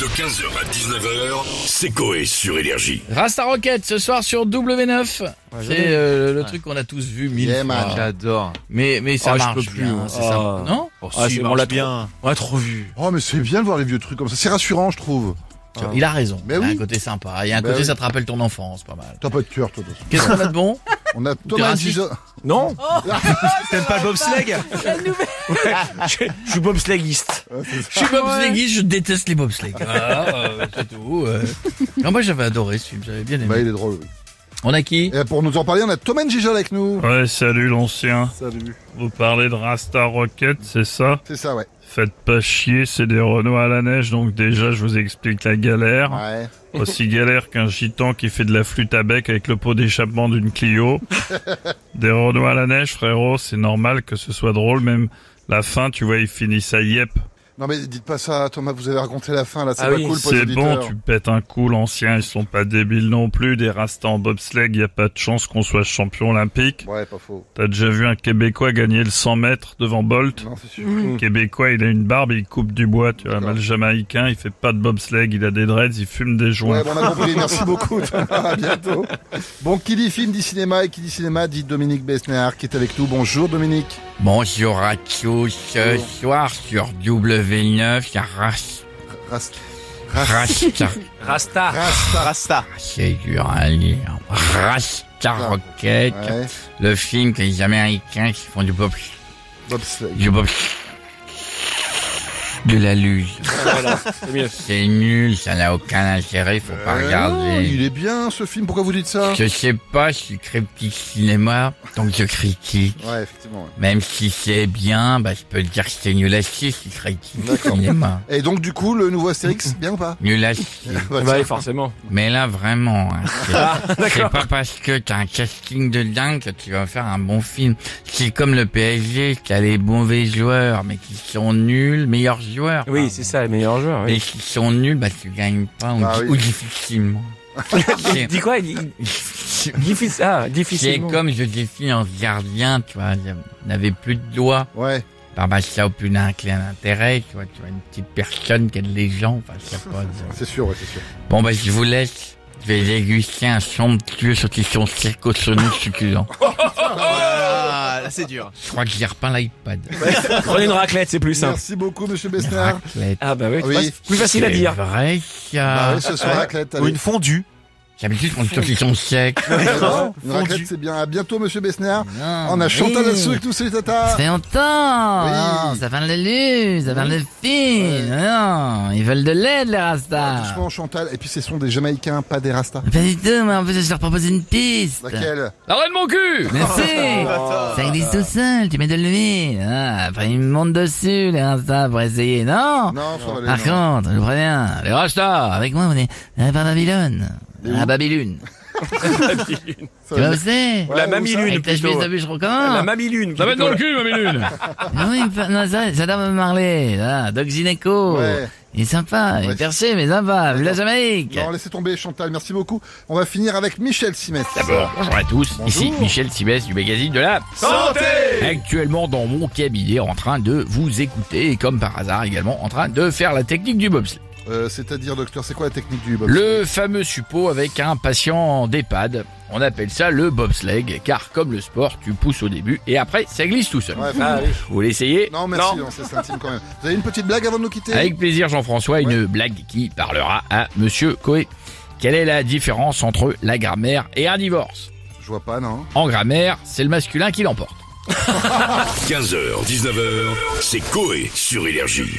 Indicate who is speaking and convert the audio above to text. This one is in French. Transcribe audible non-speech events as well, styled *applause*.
Speaker 1: De 15h à 19h, c'est Coé sur Énergie.
Speaker 2: Rasta Rocket ce soir sur W9. c'est euh, le truc qu'on a tous vu mille fois.
Speaker 3: Yeah, man.
Speaker 4: J'adore.
Speaker 2: Mais mais ça
Speaker 4: Oh, je
Speaker 2: marche
Speaker 4: peux plus,
Speaker 2: bien,
Speaker 4: hein,
Speaker 2: c'est
Speaker 4: oh.
Speaker 2: ça. Non
Speaker 4: Ah,
Speaker 2: si,
Speaker 4: c'est-
Speaker 2: il
Speaker 4: on
Speaker 2: marche
Speaker 4: l'a bien. On l'a trop vu.
Speaker 3: Oh, mais c'est bien de voir les vieux trucs comme ça. C'est rassurant, je trouve.
Speaker 2: trop. Il a raison.
Speaker 3: Mais
Speaker 2: il y a un
Speaker 3: oui.
Speaker 2: côté sympa. Il y a un
Speaker 3: Bah
Speaker 2: côté
Speaker 3: oui.
Speaker 2: ça te rappelle ton enfance, pas mal.
Speaker 3: T'as pas de cœur, toi. de toute façon.
Speaker 2: Qu'est-ce qu'on a de
Speaker 3: *laughs*
Speaker 2: bon
Speaker 3: On a Thomas
Speaker 2: raciste
Speaker 3: Giso-
Speaker 4: Non T'aimes pas le bobsleigh Ouais, je, je suis bobsleighyste.
Speaker 2: Je suis bobsleighyste, je déteste les bobsleighs. Voilà, euh, c'est tout.
Speaker 3: *laughs*
Speaker 2: euh. Non, moi j'avais adoré ce film, j'avais bien
Speaker 3: Bah, euh,
Speaker 2: aimé.
Speaker 3: il est drôle, oui.
Speaker 2: On a qui
Speaker 3: Et pour nous en parler, on a Thomas Gijol avec nous.
Speaker 5: Ouais, salut l'ancien. Vous parlez de Rasta Rocket, c'est ça
Speaker 3: C'est ça, ouais.
Speaker 5: Faites pas chier, c'est des Renault à la neige, donc déjà je vous explique la galère.
Speaker 3: Ouais.
Speaker 5: Aussi galère qu'un gitan qui fait de la flûte à bec avec le pot d'échappement d'une
Speaker 3: *laughs*
Speaker 5: Clio. Des Renault à la neige, frérot, c'est normal que ce soit drôle, même la fin, tu vois, il finit ça yep.
Speaker 3: Non, mais dites pas ça, Thomas, vous avez raconté la fin, là. C'est
Speaker 4: Ah
Speaker 3: pas
Speaker 4: oui,
Speaker 3: cool pour les
Speaker 5: C'est bon,
Speaker 3: auditeurs.
Speaker 5: tu pètes un coup, l'ancien, ils sont pas débiles non plus, des Rasta en bobsleigh, y a pas de chance qu'on soit champion olympique.
Speaker 3: Ouais, pas faux.
Speaker 5: T'as déjà vu un Québécois gagner le 100 mètres devant Bolt
Speaker 3: Non, c'est sûr.
Speaker 5: Québécois, il a une barbe, il coupe du bois, tu vois.
Speaker 3: Mm. D'accord.
Speaker 5: Mal jamaïcain, il fait pas de bobsleigh, il a des dreads, il fume des joints.
Speaker 3: Ouais, bon, on a compris. Merci beaucoup, Thomas. À bientôt. Bon, qui dit film dit cinéma et qui dit cinéma dit Dominique Besnard qui est avec nous. Bonjour, Dominique.
Speaker 2: Bonjour à tous. Ce
Speaker 3: Bonjour.
Speaker 2: soir sur W9, il y a
Speaker 3: *laughs*
Speaker 2: Ras-
Speaker 3: Rast.
Speaker 2: Rasta.
Speaker 4: Rasta.
Speaker 3: Rasta.
Speaker 4: Rasta.
Speaker 2: C'est dur à lire. Rasta Rocket.
Speaker 3: Ah. Ouais.
Speaker 2: Le film que les Américains qui font du pop,
Speaker 3: Bobsleigh.
Speaker 2: du pop, de la luge.
Speaker 3: Ah,
Speaker 2: C'est nul, ça n'a aucun intérêt, faut pas
Speaker 3: Euh, non,
Speaker 2: regarder.
Speaker 3: il est bien, ce film. Pourquoi vous dites ça?
Speaker 2: Je sais pas, je suis critique cinéma, donc je critique.
Speaker 3: Ouais, effectivement. ouais.
Speaker 2: Même si c'est bien, bah, je peux dire que c'est nul à chier si je critique
Speaker 3: D'accord.
Speaker 2: cinéma.
Speaker 3: Et donc, du coup, le nouveau
Speaker 2: *laughs*
Speaker 3: Astérix, bien ou pas?
Speaker 2: Nul à chier.
Speaker 3: Bah,
Speaker 4: Bah oui, forcément.
Speaker 2: Mais là, vraiment, hein, c'est- c'est pas parce que t'as un casting de dingue que tu vas faire un bon film. C'est comme le PSG, qui a les mauvais joueurs, mais qui sont nuls, meilleurs joueurs.
Speaker 4: Oui,
Speaker 2: pardon.
Speaker 4: c'est ça, le meilleur joueur.
Speaker 2: Et qui sont nuls, bah tu gagnes pas, ou,
Speaker 3: Ah
Speaker 2: di-
Speaker 3: oui.
Speaker 2: ou difficilement. C'est-
Speaker 4: Dis quoi il-
Speaker 2: c'est-
Speaker 4: il- difficile. Ah,
Speaker 2: c'est
Speaker 4: difficilement.
Speaker 2: comme je défie en gardien, tu vois, je n'avais plus de doigts. bah,
Speaker 3: Ouais.
Speaker 2: Barbacha au plus d'un clé d'intérêt, tu vois, tu vois, une petite personne qui a de légion, enfin, je sais pas, je-
Speaker 3: C'est sûr, ouais, c'est sûr.
Speaker 2: Bon, bah, je vous laisse. Je vais déguster un somptueux saucisson circo-sonique succulent.
Speaker 4: Ah, là, c'est dur.
Speaker 2: Je crois que j'y repeins l'iPad.
Speaker 4: Prenez une raclette, c'est plus simple.
Speaker 3: Merci beaucoup, monsieur
Speaker 2: Une
Speaker 3: Besnard.
Speaker 2: raclette.
Speaker 4: Ah bah oui,
Speaker 3: Oui.
Speaker 4: c'est plus facile à
Speaker 2: C'est
Speaker 4: dire.
Speaker 2: vrai, ça.
Speaker 3: Bah oui, ce soir, raclette. allez.
Speaker 4: fondue.
Speaker 2: J'habitude qu'on saucisson sec.
Speaker 3: *laughs* Non, Une
Speaker 4: Fondu.
Speaker 3: raclette, c'est bien. À bientôt, monsieur Besnard. On a Chantal là-dessous avec nous, salut Tata.
Speaker 2: Ah, C'est longtemps.
Speaker 3: Oui.
Speaker 2: Ça vient de la lune, ça vient de le film. Non, ils veulent de l'aide, les rastas.
Speaker 3: Franchement, Chantal. Et puis, ce sont des Jamaïcains, pas des Rastas.
Speaker 2: Pas du tout, mais en plus, je vais leur proposer une piste.
Speaker 3: Laquelle
Speaker 2: Arrête mon cul
Speaker 3: *laughs*
Speaker 2: Merci Ça glisse
Speaker 3: Ah.
Speaker 2: tout seul, tu mets de l'huile. Ah, après, ils me montent dessus, les rastas, pour essayer, non
Speaker 3: Non, ça va aller,
Speaker 2: Par
Speaker 3: non.
Speaker 2: contre, je vous préviens, les rastas, avec moi, on est à Babylone. À Babylone.
Speaker 3: Ça
Speaker 2: tu
Speaker 3: va
Speaker 2: vois où
Speaker 3: aller.
Speaker 2: c'est
Speaker 3: Ouais,
Speaker 4: La
Speaker 3: où
Speaker 4: mamie
Speaker 3: ça
Speaker 4: lune,
Speaker 2: Avec ta
Speaker 4: plutôt.
Speaker 2: chemise de bûcheron, comment
Speaker 4: La mamie lune.
Speaker 5: Ça va être dans le cul,
Speaker 2: *laughs*
Speaker 5: ma minune
Speaker 2: Non, il fait- non, ça, j'adore me marler. Là, Doc Gineco.
Speaker 3: Ouais.
Speaker 2: Il est sympa, il
Speaker 3: Ouais.
Speaker 2: est perché, mais sympa. Vu la Jamaïque.
Speaker 3: Non, laissez tomber, Chantal. Merci beaucoup. On va finir avec Michel Simès.
Speaker 2: D'abord, bonjour à tous, ici Michel Sibès du magazine de la Santé Actuellement dans mon cabinet en train de vous écouter et comme par hasard également en train de faire la technique du bobsleigh.
Speaker 3: Euh, C'est-à-dire, docteur, c'est quoi la technique du bob
Speaker 2: Le fameux suppôt avec un patient d'EHPAD, on appelle ça le bobsleigh car comme le sport, tu pousses au début et après ça glisse tout seul.
Speaker 3: Ouais, faut-
Speaker 4: Ah oui.
Speaker 2: Vous l'essayez
Speaker 3: Non, merci, non, c'est intime quand même. Vous avez une petite blague avant de nous quitter
Speaker 2: Avec plaisir Jean-François, une blague qui parlera à Monsieur Coé. Quelle est la différence entre la grammaire et un divorce
Speaker 3: Je vois pas, non
Speaker 2: En grammaire, c'est le masculin qui l'emporte.
Speaker 1: 15h, 19h, c'est Coé sur Énergie.